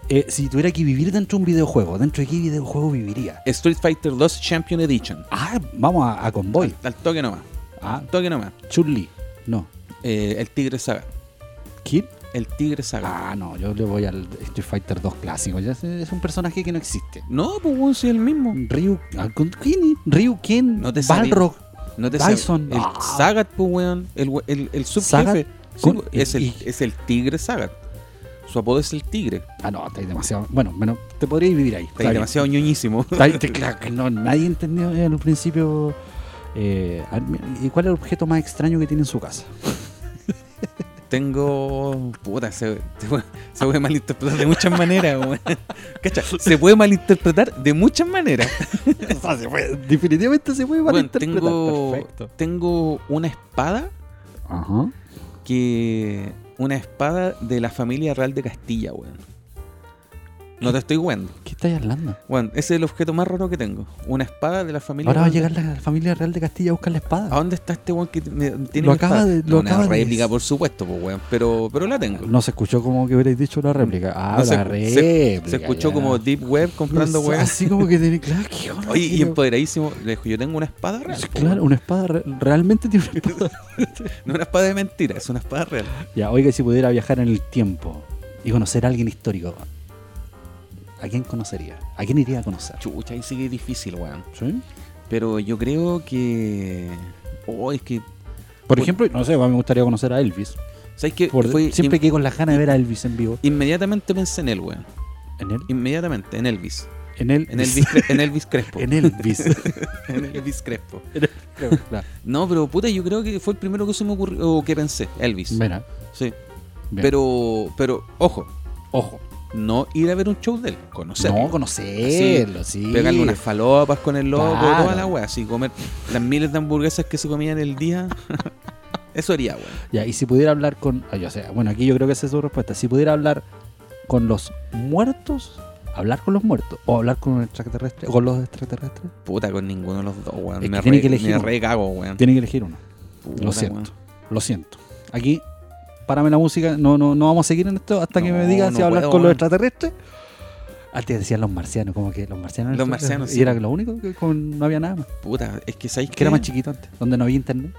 Speaker 1: Eh, si tuviera que vivir dentro de un videojuego, ¿dentro de qué videojuego viviría?
Speaker 2: Street Fighter 2 Champion Edition.
Speaker 1: Ah, vamos a, a Convoy.
Speaker 2: Al, al toque nomás.
Speaker 1: Ah,
Speaker 2: Al toque nomás.
Speaker 1: Chun-Li. No.
Speaker 2: Eh, el Tigre Saga.
Speaker 1: ¿Kid?
Speaker 2: El Tigre Saga.
Speaker 1: Ah, no, yo le voy al Street Fighter 2 clásico. Ya sé, es un personaje que no existe.
Speaker 2: No, pues weón, sí, el mismo.
Speaker 1: Ryu. ah, ¿con ¿Quién? Ryu, ¿quién?
Speaker 2: No te sabía.
Speaker 1: Balrog.
Speaker 2: No te
Speaker 1: Dyson.
Speaker 2: sabes. El
Speaker 1: Ah.
Speaker 2: Sagat, pues, weón. El, we- el, el subjefe.
Speaker 1: Sagat
Speaker 2: Sí,
Speaker 1: con-
Speaker 2: pues, es, el,
Speaker 1: y-
Speaker 2: es el Tigre Sagat. Su apodo es el Tigre.
Speaker 1: Ah, no, estáis demasiado. Bueno, bueno, te podrías vivir ahí.
Speaker 2: Está
Speaker 1: Está bien.
Speaker 2: demasiado ñoñísimo.
Speaker 1: Tal- te- claro que no, nadie entendió en un principio. eh, al- ¿Y cuál es el objeto más extraño que tiene en su casa?
Speaker 2: *laughs* Tengo. Puta, se, se puede, se puede malinterpretar de muchas
Speaker 1: *laughs*
Speaker 2: maneras, weón. Cacha, se puede malinterpretar de muchas maneras.
Speaker 1: O sea, se puede- definitivamente se puede
Speaker 2: Weón,
Speaker 1: malinterpretar.
Speaker 2: tengo,
Speaker 1: Perfecto.
Speaker 2: tengo una espada
Speaker 1: Ajá.
Speaker 2: que. Una espada de la familia real de Castilla, weón. No te estoy weando.
Speaker 1: ¿Qué estáis hablando?
Speaker 2: Bueno, ese es el objeto más raro que tengo. Una espada de la familia.
Speaker 1: Ahora va a
Speaker 2: real.
Speaker 1: llegar la, la familia real de Castilla a buscar la espada.
Speaker 2: ¿A dónde está este weón que me- tiene
Speaker 1: Lo
Speaker 2: mi
Speaker 1: acaba
Speaker 2: espada?
Speaker 1: de-
Speaker 2: No,
Speaker 1: lo
Speaker 2: una
Speaker 1: acaba de
Speaker 2: réplica,
Speaker 1: decir.
Speaker 2: por supuesto, pues, weón. Pero, pero la tengo.
Speaker 1: No se escuchó como que hubierais dicho una réplica. Ah,
Speaker 2: No, se,
Speaker 1: la
Speaker 2: se-
Speaker 1: réplica.
Speaker 2: se escuchó
Speaker 1: ya.
Speaker 2: como Deep Web comprando
Speaker 1: Pues,
Speaker 2: weón.
Speaker 1: Así como que tiene. Claro, qué onda,
Speaker 2: Oye, y
Speaker 1: tío.
Speaker 2: empoderadísimo. Le dijo, yo tengo una espada real. po,
Speaker 1: Claro, una espada. re- realmente tiene
Speaker 2: *laughs*
Speaker 1: una espada.
Speaker 2: weón. No una espada de mentira, es una espada real.
Speaker 1: Ya, oiga, si pudiera viajar en el tiempo y conocer a alguien histórico, ¿a quién conocería? ¿A quién iría a conocer?
Speaker 2: Chucha, ahí sigue difícil, weón.
Speaker 1: ¿Sí?
Speaker 2: Pero yo creo que. Oh, es que.
Speaker 1: Por
Speaker 2: Por-
Speaker 1: ejemplo, no sé, a mí me gustaría conocer a Elvis.
Speaker 2: ¿Sabes qué?
Speaker 1: Por-
Speaker 2: Eh, Fue-
Speaker 1: siempre
Speaker 2: in-
Speaker 1: quedé con las ganas de ver a Elvis en vivo.
Speaker 2: Inmediatamente pensé en él, weón.
Speaker 1: ¿En él?
Speaker 2: Inmediatamente, en Elvis.
Speaker 1: En él. *laughs*
Speaker 2: En Elvis, Cre- en Elvis Crespo.
Speaker 1: en Elvis.
Speaker 2: *laughs* en Elvis Crespo.
Speaker 1: Claro.
Speaker 2: No, pero puta, yo creo que fue el primero que se me ocurrió, o que pensé, Elvis.
Speaker 1: Mira,
Speaker 2: Sí.
Speaker 1: bien.
Speaker 2: Pero, pero, ojo,
Speaker 1: ojo,
Speaker 2: no ir a ver un show de él, conocerlo.
Speaker 1: no conocerlo, sí.
Speaker 2: Pegarle unas falopas con el loco,
Speaker 1: Claro.
Speaker 2: toda la wea, así comer las miles de hamburguesas que se comían el día. Eso haría, wea.
Speaker 1: Ya, y si pudiera hablar con. ah, ya, o sea, bueno, aquí yo creo que esa es su respuesta. Si pudiera hablar con los muertos, hablar con los muertos, o hablar con un extraterrestre, o con los extraterrestres,
Speaker 2: Puta, con ninguno de los dos, weón.
Speaker 1: Es
Speaker 2: Me,
Speaker 1: que tiene
Speaker 2: re-
Speaker 1: que elegir
Speaker 2: me
Speaker 1: uno.
Speaker 2: re cago, weón.
Speaker 1: tiene que elegir uno. Lo siento, lo siento. Aquí, párame la música, no, no, no vamos a seguir en esto hasta que
Speaker 2: No,
Speaker 1: me digan si
Speaker 2: no
Speaker 1: hablar
Speaker 2: puedo,
Speaker 1: con los
Speaker 2: weón.
Speaker 1: extraterrestres. Antes decían los marcianos, como que los marcianos.
Speaker 2: Los marcianos,
Speaker 1: Y
Speaker 2: sí.
Speaker 1: era lo único que con- no había nada más.
Speaker 2: Puta, es que sabéis
Speaker 1: Que era más chiquito antes, donde no había internet.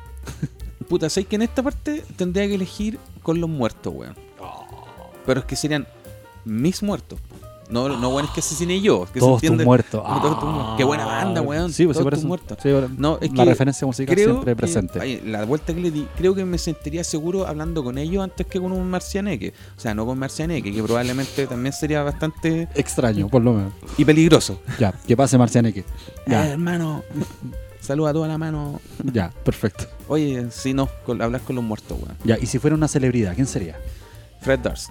Speaker 2: Puta, sabéis que en esta parte tendría que elegir con los muertos, weón.
Speaker 1: Oh.
Speaker 2: Pero es que serían mis muertos. po. No, no, weón, es que asesiné yo. Que
Speaker 1: Todos tus
Speaker 2: se entiende.
Speaker 1: muertos.
Speaker 2: Como todos tus muertos. Qué buena banda, weón.
Speaker 1: Sí, pues sí,
Speaker 2: Todos
Speaker 1: por
Speaker 2: tus
Speaker 1: eso.
Speaker 2: muertos.
Speaker 1: sí, ahora
Speaker 2: No, es
Speaker 1: la
Speaker 2: que
Speaker 1: referencia musical siempre
Speaker 2: que-
Speaker 1: presente.
Speaker 2: ay, la vuelta que le di, creo que me sentiría seguro hablando con ellos antes que con un marcianeque. O sea, no con marcianeque, que probablemente también sería bastante.
Speaker 1: Extraño, por lo menos.
Speaker 2: y peligroso.
Speaker 1: Ya, que pase Marcianeque.
Speaker 2: Eh,
Speaker 1: *laughs* Ya,
Speaker 2: hermano, saluda a toda la mano.
Speaker 1: ya, perfecto.
Speaker 2: Oye, sí, no, con- hablar con los muertos, weón.
Speaker 1: Ya, y si fuera una celebridad, ¿quién sería?
Speaker 2: Fred Durst.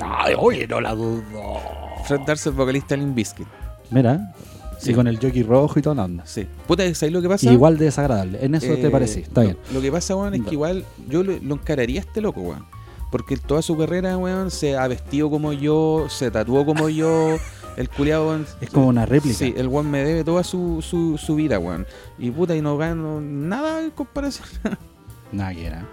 Speaker 1: Ay, oye, no la dudo.
Speaker 2: Fred Durst, el vocalista de Limp Bizkit.
Speaker 1: Mira, sí.
Speaker 2: Sí.
Speaker 1: con el jockey rojo y toda la onda.
Speaker 2: Sí. Puta, ¿sabes lo que pasa?
Speaker 1: Igual de desagradable. En eso te
Speaker 2: Eh,
Speaker 1: parecí, está
Speaker 2: lo-
Speaker 1: bien.
Speaker 2: Lo que pasa, weón, es
Speaker 1: Va.
Speaker 2: que igual yo lo, lo encararía a este loco, weón. Porque toda su carrera, weón, se ha vestido como yo, se tatuó como yo. El culiado, weón.
Speaker 1: Es como una réplica.
Speaker 2: Sí, el weón me debe toda su, su, su vida, weón. Y puta, y no gano nada en comparación.
Speaker 1: Nada que era.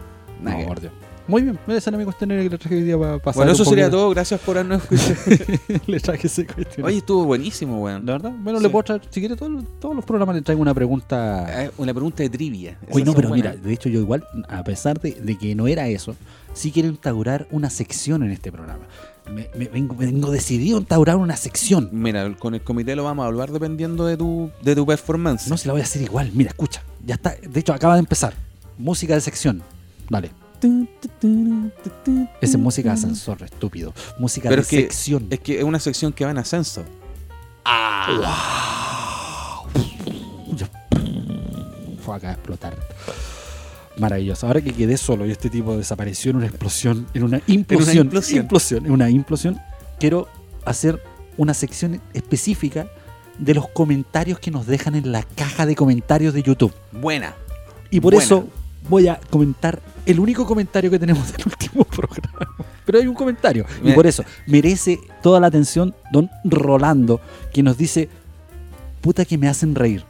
Speaker 1: No,
Speaker 2: Nada que-
Speaker 1: por Dios. Muy bien, me esa era mi cuestionario que le traje hoy día para pasar.
Speaker 2: Bueno,
Speaker 1: un
Speaker 2: eso sería
Speaker 1: poquito.
Speaker 2: todo. Gracias por habernos
Speaker 1: *laughs*
Speaker 2: escuchado.
Speaker 1: le traje ese cuestionario.
Speaker 2: Oye, estuvo buenísimo, weón.
Speaker 1: ¿De verdad? Bueno,
Speaker 2: Sí.
Speaker 1: le puedo traer, si quiere, todos, los- todos los programas le traigo una pregunta.
Speaker 2: Ah, Una pregunta de trivia.
Speaker 1: Oye,
Speaker 2: Esas
Speaker 1: no,
Speaker 2: son
Speaker 1: pero
Speaker 2: buenas.
Speaker 1: mira, de hecho yo igual, a pesar de, de que no era eso, sí quiero instaurar una sección en este programa. Me, me- vengo, vengo decidido a instaurar una sección.
Speaker 2: Mira, con el comité lo vamos a hablar dependiendo de tu, de tu performance.
Speaker 1: No se la voy a hacer igual. Mira, escucha. Ya está. De hecho, acaba de empezar. Música de sección. Vale. Esa es música de ascensor, estúpido. Música
Speaker 2: Mm. Pero
Speaker 1: de
Speaker 2: es que-
Speaker 1: sección.
Speaker 2: Es que es una sección que va en ascenso.
Speaker 1: Fue acá a explotar. Maravilloso. Ahora que quedé solo y este tipo desapareció en una explosión, en una implosión,
Speaker 2: implosión.
Speaker 1: implosión, en una implosión, quiero hacer una sección específica de los comentarios que nos dejan en la caja de comentarios de YouTube.
Speaker 2: Buena.
Speaker 1: Y por
Speaker 2: Buena.
Speaker 1: eso voy a comentar el único comentario que tenemos *laughs* del último programa. Pero hay un comentario. Y
Speaker 2: Mira.
Speaker 1: por eso merece toda la atención don Rolando, que nos dice, puta que me hacen reír.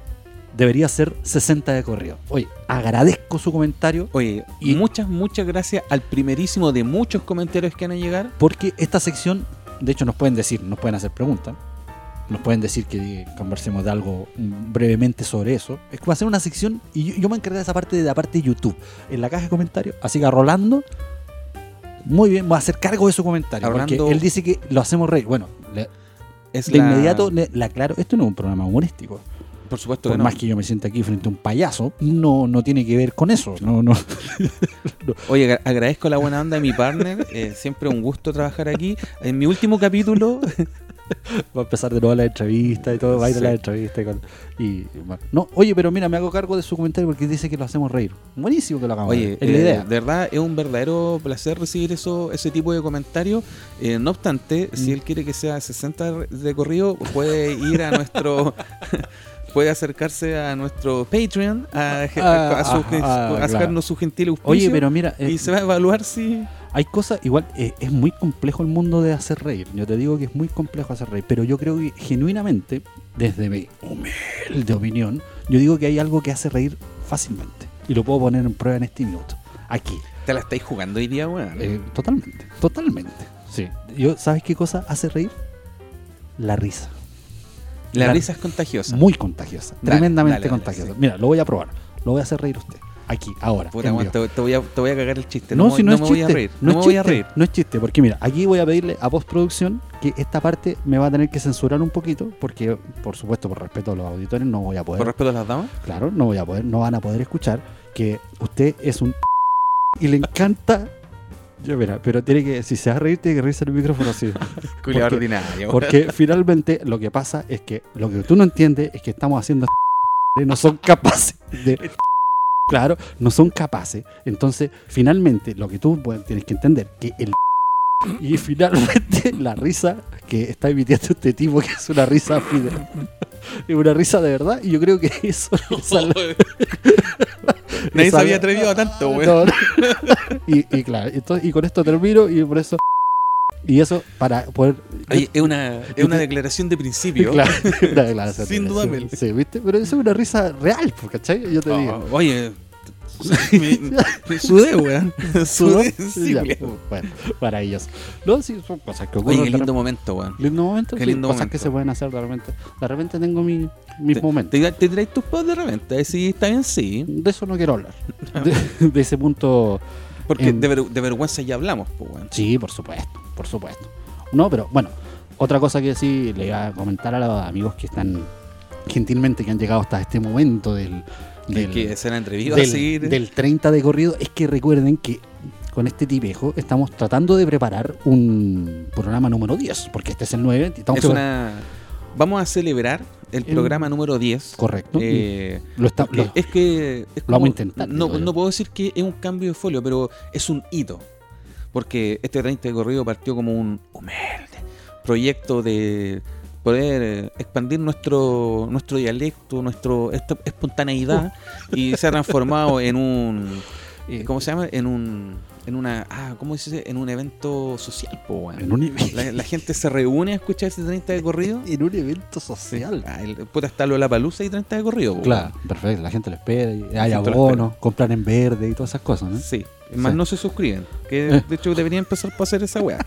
Speaker 1: Debería ser 60 de corrido. Oye, agradezco su comentario
Speaker 2: Oye,
Speaker 1: Y-
Speaker 2: y muchas, muchas gracias al primerísimo de muchos comentarios que van a llegar.
Speaker 1: porque esta sección, de hecho nos pueden decir, nos pueden hacer preguntas, nos pueden decir que conversemos de algo mm, brevemente sobre eso. Es que va a ser una sección, y yo, yo me encargué de esa parte de la parte de YouTube, en la caja de comentarios. Así que a Rolando, muy bien, va a hacer cargo de su comentario.
Speaker 2: A
Speaker 1: porque
Speaker 2: Rolando-
Speaker 1: él dice que lo hacemos reír. Bueno, le-
Speaker 2: Es
Speaker 1: de
Speaker 2: la-
Speaker 1: inmediato le, le aclaro, esto no es un programa humorístico.
Speaker 2: Por supuesto
Speaker 1: Por
Speaker 2: que no.
Speaker 1: más que yo me sienta aquí frente a un payaso, no, no tiene que ver con eso. No, no.
Speaker 2: Oye, agra- agradezco la buena onda de mi partner. eh, siempre un gusto trabajar aquí. En mi último *laughs* capítulo.
Speaker 1: Va a empezar de nuevo la entrevista y todo, va a ir a
Speaker 2: Sí.
Speaker 1: la entrevista. y con- Y, bueno. no, oye, pero mira, me hago cargo de su comentario porque dice que lo hacemos reír. Buenísimo que lo hagamos.
Speaker 2: Oye,
Speaker 1: reír, es la
Speaker 2: eh,
Speaker 1: idea.
Speaker 2: de verdad es un verdadero placer recibir eso, ese tipo de comentarios. Eh, no obstante, si él quiere que sea 60 de corrido, puede ir a nuestro. *laughs* puede acercarse a nuestro Patreon, a, a,
Speaker 1: Ah,
Speaker 2: a su-
Speaker 1: ah, ah,
Speaker 2: a sacarnos
Speaker 1: claro.
Speaker 2: su gentil auspicio.
Speaker 1: Oye, pero mira, eh,
Speaker 2: y se va a evaluar si.
Speaker 1: Hay cosas, igual, eh, es muy complejo el mundo de hacer reír. Yo te digo que es muy complejo hacer reír, pero yo creo que genuinamente, desde mi humilde opinión, yo digo que hay algo que hace reír fácilmente. Y lo puedo poner en prueba en este minuto. Aquí.
Speaker 2: Te la estáis jugando hoy día, weón.
Speaker 1: Eh, totalmente, totalmente. Sí. Yo, ¿Sabes qué cosa hace reír? La risa.
Speaker 2: la,
Speaker 1: la-
Speaker 2: risa es contagiosa.
Speaker 1: Muy contagiosa,
Speaker 2: Dale,
Speaker 1: tremendamente
Speaker 2: dale, dale,
Speaker 1: contagiosa.
Speaker 2: sí.
Speaker 1: Mira, lo voy a probar. Lo voy a hacer reír usted. Aquí, ahora.
Speaker 2: Puta,
Speaker 1: en
Speaker 2: weón,
Speaker 1: vivo.
Speaker 2: te, te voy a, te voy a cagar el chiste.
Speaker 1: No,
Speaker 2: me-
Speaker 1: si no, es
Speaker 2: me
Speaker 1: chiste.
Speaker 2: voy a reír.
Speaker 1: No,
Speaker 2: No,
Speaker 1: es
Speaker 2: me
Speaker 1: chiste,
Speaker 2: voy a reír.
Speaker 1: No es chiste, porque mira, aquí voy a pedirle a postproducción que esta parte me va a tener que censurar un poquito, porque por supuesto, por respeto a los auditores, no voy a poder.
Speaker 2: Por respeto a las damas.
Speaker 1: claro, no voy a poder, no van a poder escuchar que usted es un *laughs* y le encanta. *laughs* Yo, mira, pero tiene que, si se va a reír, tiene que reírse el micrófono así.
Speaker 2: Culiao
Speaker 1: Porque-
Speaker 2: ordinario.
Speaker 1: Porque finalmente lo que pasa es que lo que tú no entiendes es que estamos haciendo *laughs* y no son capaces de claro, no son capaces. Entonces, finalmente lo que tú bueno, tienes que entender que el *laughs* y finalmente *laughs* la risa que está emitiendo este tipo que es una risa fide- es una risa de verdad y yo creo que *laughs* eso le sale-
Speaker 2: Nadie se
Speaker 1: Esa-
Speaker 2: había atrevido a tanto, weón.
Speaker 1: no, no. *laughs* y, y claro, entonces, y con esto termino y por eso y eso para poder
Speaker 2: Oye, es una, es una declaración de principio. *laughs*
Speaker 1: Claro, *laughs* una declaración
Speaker 2: Sin
Speaker 1: de-
Speaker 2: duda,
Speaker 1: sí,
Speaker 2: Mel.
Speaker 1: sí, ¿viste? Pero eso es una risa real, po, ¿cachai? Yo te
Speaker 2: Oh,
Speaker 1: digo.
Speaker 2: oye, me- me sudé, weón.
Speaker 1: *laughs* ¿Sudó?
Speaker 2: Sudé, *laughs* sí,
Speaker 1: Ya, pues,
Speaker 2: weón.
Speaker 1: bueno, maravilloso. No, sí, son cosas que ocurren.
Speaker 2: Oye, qué
Speaker 1: de
Speaker 2: lindo
Speaker 1: repente.
Speaker 2: momento, weón.
Speaker 1: Lindo momento,
Speaker 2: Qué
Speaker 1: sí,
Speaker 2: lindo
Speaker 1: cosas
Speaker 2: momento.
Speaker 1: que se pueden hacer de repente. De repente tengo mi, mis
Speaker 2: Te-
Speaker 1: momentos.
Speaker 2: Te, te tiráis tus pedos de repente, si está bien, sí.
Speaker 1: De eso no quiero hablar. De, *laughs* de ese punto,
Speaker 2: Porque
Speaker 1: En-
Speaker 2: de, ver- de vergüenza ya hablamos, pues, weón.
Speaker 1: sí, por supuesto, por supuesto. No, pero bueno, otra cosa que sí le iba a comentar a los amigos que están gentilmente que han llegado hasta este momento del...
Speaker 2: Que-
Speaker 1: del
Speaker 2: que serán atrevidos a
Speaker 1: del,
Speaker 2: seguir.
Speaker 1: del 30 de corrido es que recuerden que con este tipejo estamos tratando de preparar un programa número 10, porque este es el 9. Estamos
Speaker 2: es una... Vamos a celebrar el
Speaker 1: El-
Speaker 2: programa número 10.
Speaker 1: Correcto.
Speaker 2: Eh,
Speaker 1: lo está-
Speaker 2: porque
Speaker 1: lo-
Speaker 2: es que. es
Speaker 1: lo vamos a
Speaker 2: como-
Speaker 1: intentar,
Speaker 2: No,
Speaker 1: digo yo.
Speaker 2: no puedo decir que es un cambio de folio, pero es un hito. Porque este 30 de corrido partió como un humilde proyecto de poder eh, expandir nuestro nuestro dialecto, nuestra espontaneidad
Speaker 1: Uh.
Speaker 2: y se ha transformado en un
Speaker 1: eh,
Speaker 2: ¿cómo se llama? En un en una ah, ¿cómo se dice? En un evento social, po, weón.
Speaker 1: en, un,
Speaker 2: La,
Speaker 1: en
Speaker 2: la gente se reúne a escuchar ese 30 de
Speaker 1: *laughs*
Speaker 2: corrido.
Speaker 1: un evento social.
Speaker 2: Ah, el- puta, está la palusa y 30 de corrido. po,
Speaker 1: Claro, perfecto, la gente lo espera, y hay
Speaker 2: gente lo espera.
Speaker 1: abonos, compran en verde y todas esas cosas, ¿no?
Speaker 2: Sí, más
Speaker 1: ¿Eh? Sí.
Speaker 2: no se suscriben. Que
Speaker 1: Eh.
Speaker 2: de hecho deberían empezar por hacer
Speaker 1: *laughs*
Speaker 2: esa weá.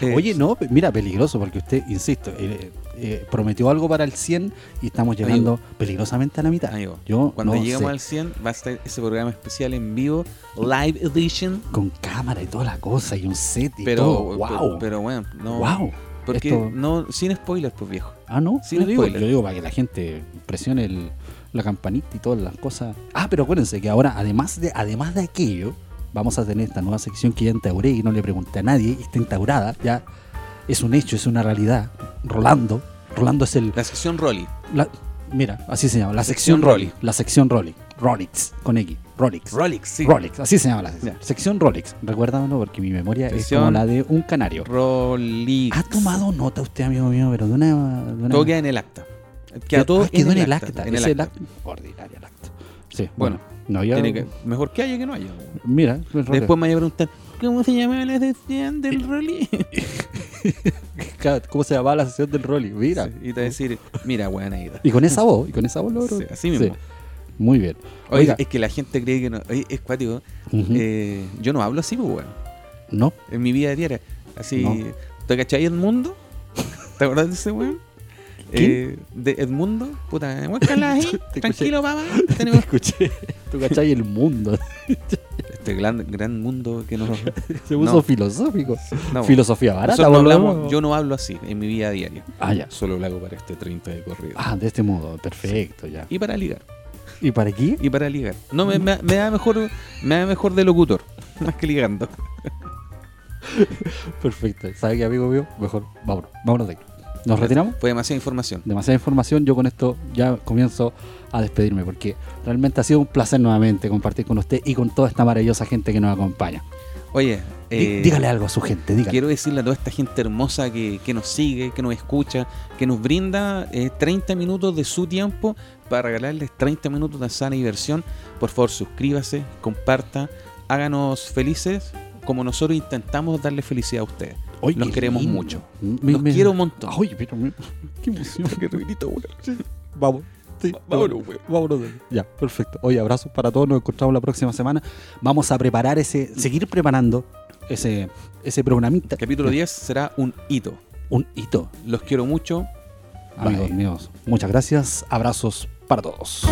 Speaker 2: Eh,
Speaker 1: Oye, no, pe- mira, peligroso, porque usted, insisto, eh, eh, prometió algo para el 100 y estamos llegando peligrosamente a la mitad.
Speaker 2: amigo,
Speaker 1: Yo
Speaker 2: cuando
Speaker 1: no
Speaker 2: lleguemos
Speaker 1: sé,
Speaker 2: al 100 va a estar ese programa especial en vivo, live edition.
Speaker 1: con cámara y toda la cosa y un set y
Speaker 2: Pero,
Speaker 1: todo. Wow.
Speaker 2: pero, pero bueno, no.
Speaker 1: wow.
Speaker 2: Porque
Speaker 1: esto-
Speaker 2: no, sin spoilers, pues viejo.
Speaker 1: Ah, no,
Speaker 2: Sin
Speaker 1: yo, digo,
Speaker 2: spoiler.
Speaker 1: yo digo para que la gente presione el- la campanita y todas las cosas. Ah, pero acuérdense que ahora, además de, además de aquello, vamos a tener esta nueva sección que ya instauré y no le pregunté a nadie, y está instaurada, ya es un hecho, es una realidad. Rolando, Rolando es el...
Speaker 2: La sección Rolly.
Speaker 1: la- mira, así se llama, la
Speaker 2: Sección
Speaker 1: sección
Speaker 2: Rolly.
Speaker 1: Rolly. La sección Rolly. Rolix, con X. Rolix.
Speaker 2: Rolix, sí.
Speaker 1: Rolex, así se llama la sección.
Speaker 2: Ya.
Speaker 1: Sección Rolex, recuérdamelo porque mi memoria es
Speaker 2: Sección
Speaker 1: como la de un canario.
Speaker 2: Rolix.
Speaker 1: ¿Ha tomado nota usted, amigo mío, pero de una... de una-
Speaker 2: Todo queda en el acta. Queda todo
Speaker 1: Ah, quedó en el acta.
Speaker 2: En el
Speaker 1: ese
Speaker 2: acta.
Speaker 1: acta. Ordinaria el acta. Sí, bueno.
Speaker 2: Bueno,
Speaker 1: no, ya-
Speaker 2: Tiene que- mejor que haya que no haya.
Speaker 1: Mira, el rollo.
Speaker 2: Después me voy a preguntar, ¿cómo se llamaba la sección
Speaker 1: *laughs*
Speaker 2: del Rolly?
Speaker 1: Cada- ¿cómo se llama la sesión del Rolly? Mira.
Speaker 2: Sí, *laughs* y te va a decir, mira, weón, ahí está.
Speaker 1: Y con esa voz, y con esa voz logro.
Speaker 2: Sí, así mismo.
Speaker 1: Muy bien.
Speaker 2: Oye,
Speaker 1: Oiga.
Speaker 2: es que la gente cree que no. Oye, es cuático.
Speaker 1: Ujú.
Speaker 2: eh, yo no hablo así, pues, weón.
Speaker 1: no,
Speaker 2: En mi vida diaria. Así.
Speaker 1: No.
Speaker 2: ¿Te cachai Edmundo? ¿Te acuerdas de ese weón?
Speaker 1: ¿Quién?
Speaker 2: Eh, de Edmundo, puta,
Speaker 1: *laughs*
Speaker 2: guácala ahí,
Speaker 1: Te escuché. *laughs*
Speaker 2: tranquilo, papá.
Speaker 1: te
Speaker 2: Tenemos
Speaker 1: escuché. Tú cachai el mundo. *laughs*
Speaker 2: este gran, gran mundo que nos.
Speaker 1: Se puso
Speaker 2: No.
Speaker 1: filosófico.
Speaker 2: *laughs* No,
Speaker 1: Filosofía barata,
Speaker 2: nosotros no
Speaker 1: boludo.
Speaker 2: hablamos- yo no hablo así en mi vida diaria.
Speaker 1: Ah, ya.
Speaker 2: Solo lo hago para este 30 de corrido.
Speaker 1: Ah, de este modo. Perfecto, ya.
Speaker 2: Y para ligar.
Speaker 1: ¿Y para aquí?
Speaker 2: Y para ligar. No, me, me- me da mejor me da mejor de locutor. *laughs* Más que ligando.
Speaker 1: Perfecto. ¿Sabe qué, amigo mío? Mejor, vámonos. Vámonos de aquí. ¿Nos retiramos?
Speaker 2: Fue demasiada información.
Speaker 1: demasiada información. Yo con esto ya comienzo a despedirme porque realmente ha sido un placer nuevamente compartir con usted y con toda esta maravillosa gente que nos acompaña.
Speaker 2: Oye,
Speaker 1: Dí-
Speaker 2: eh,
Speaker 1: dígale algo a su gente, dígale.
Speaker 2: Quiero decirle a toda esta gente hermosa que, que nos sigue, que nos escucha, que nos brinda eh, 30 minutos de su tiempo para regalarles 30 minutos de sana diversión. Por favor, suscríbase, comparta, háganos felices como nosotros intentamos darle felicidad a ustedes.
Speaker 1: Ay,
Speaker 2: Los
Speaker 1: qué
Speaker 2: queremos
Speaker 1: lindo.
Speaker 2: mucho.
Speaker 1: Me-
Speaker 2: Los
Speaker 1: me-
Speaker 2: quiero un montón.
Speaker 1: Ay, pero me- *laughs* qué emoción.
Speaker 2: *laughs* Qué ruidito, weón.
Speaker 1: Vamos. Sí,
Speaker 2: Va- vámonos, weón.
Speaker 1: vámonos. Ya, perfecto. Oye, abrazos para todos. Nos encontramos la próxima semana. Vamos a preparar ese, seguir preparando ese, ese programita. Eh,
Speaker 2: Capítulo 10 será un hito.
Speaker 1: Un hito,
Speaker 2: Los quiero mucho.
Speaker 1: amigos
Speaker 2: Bye.
Speaker 1: míos. Muchas gracias. Abrazos para todos.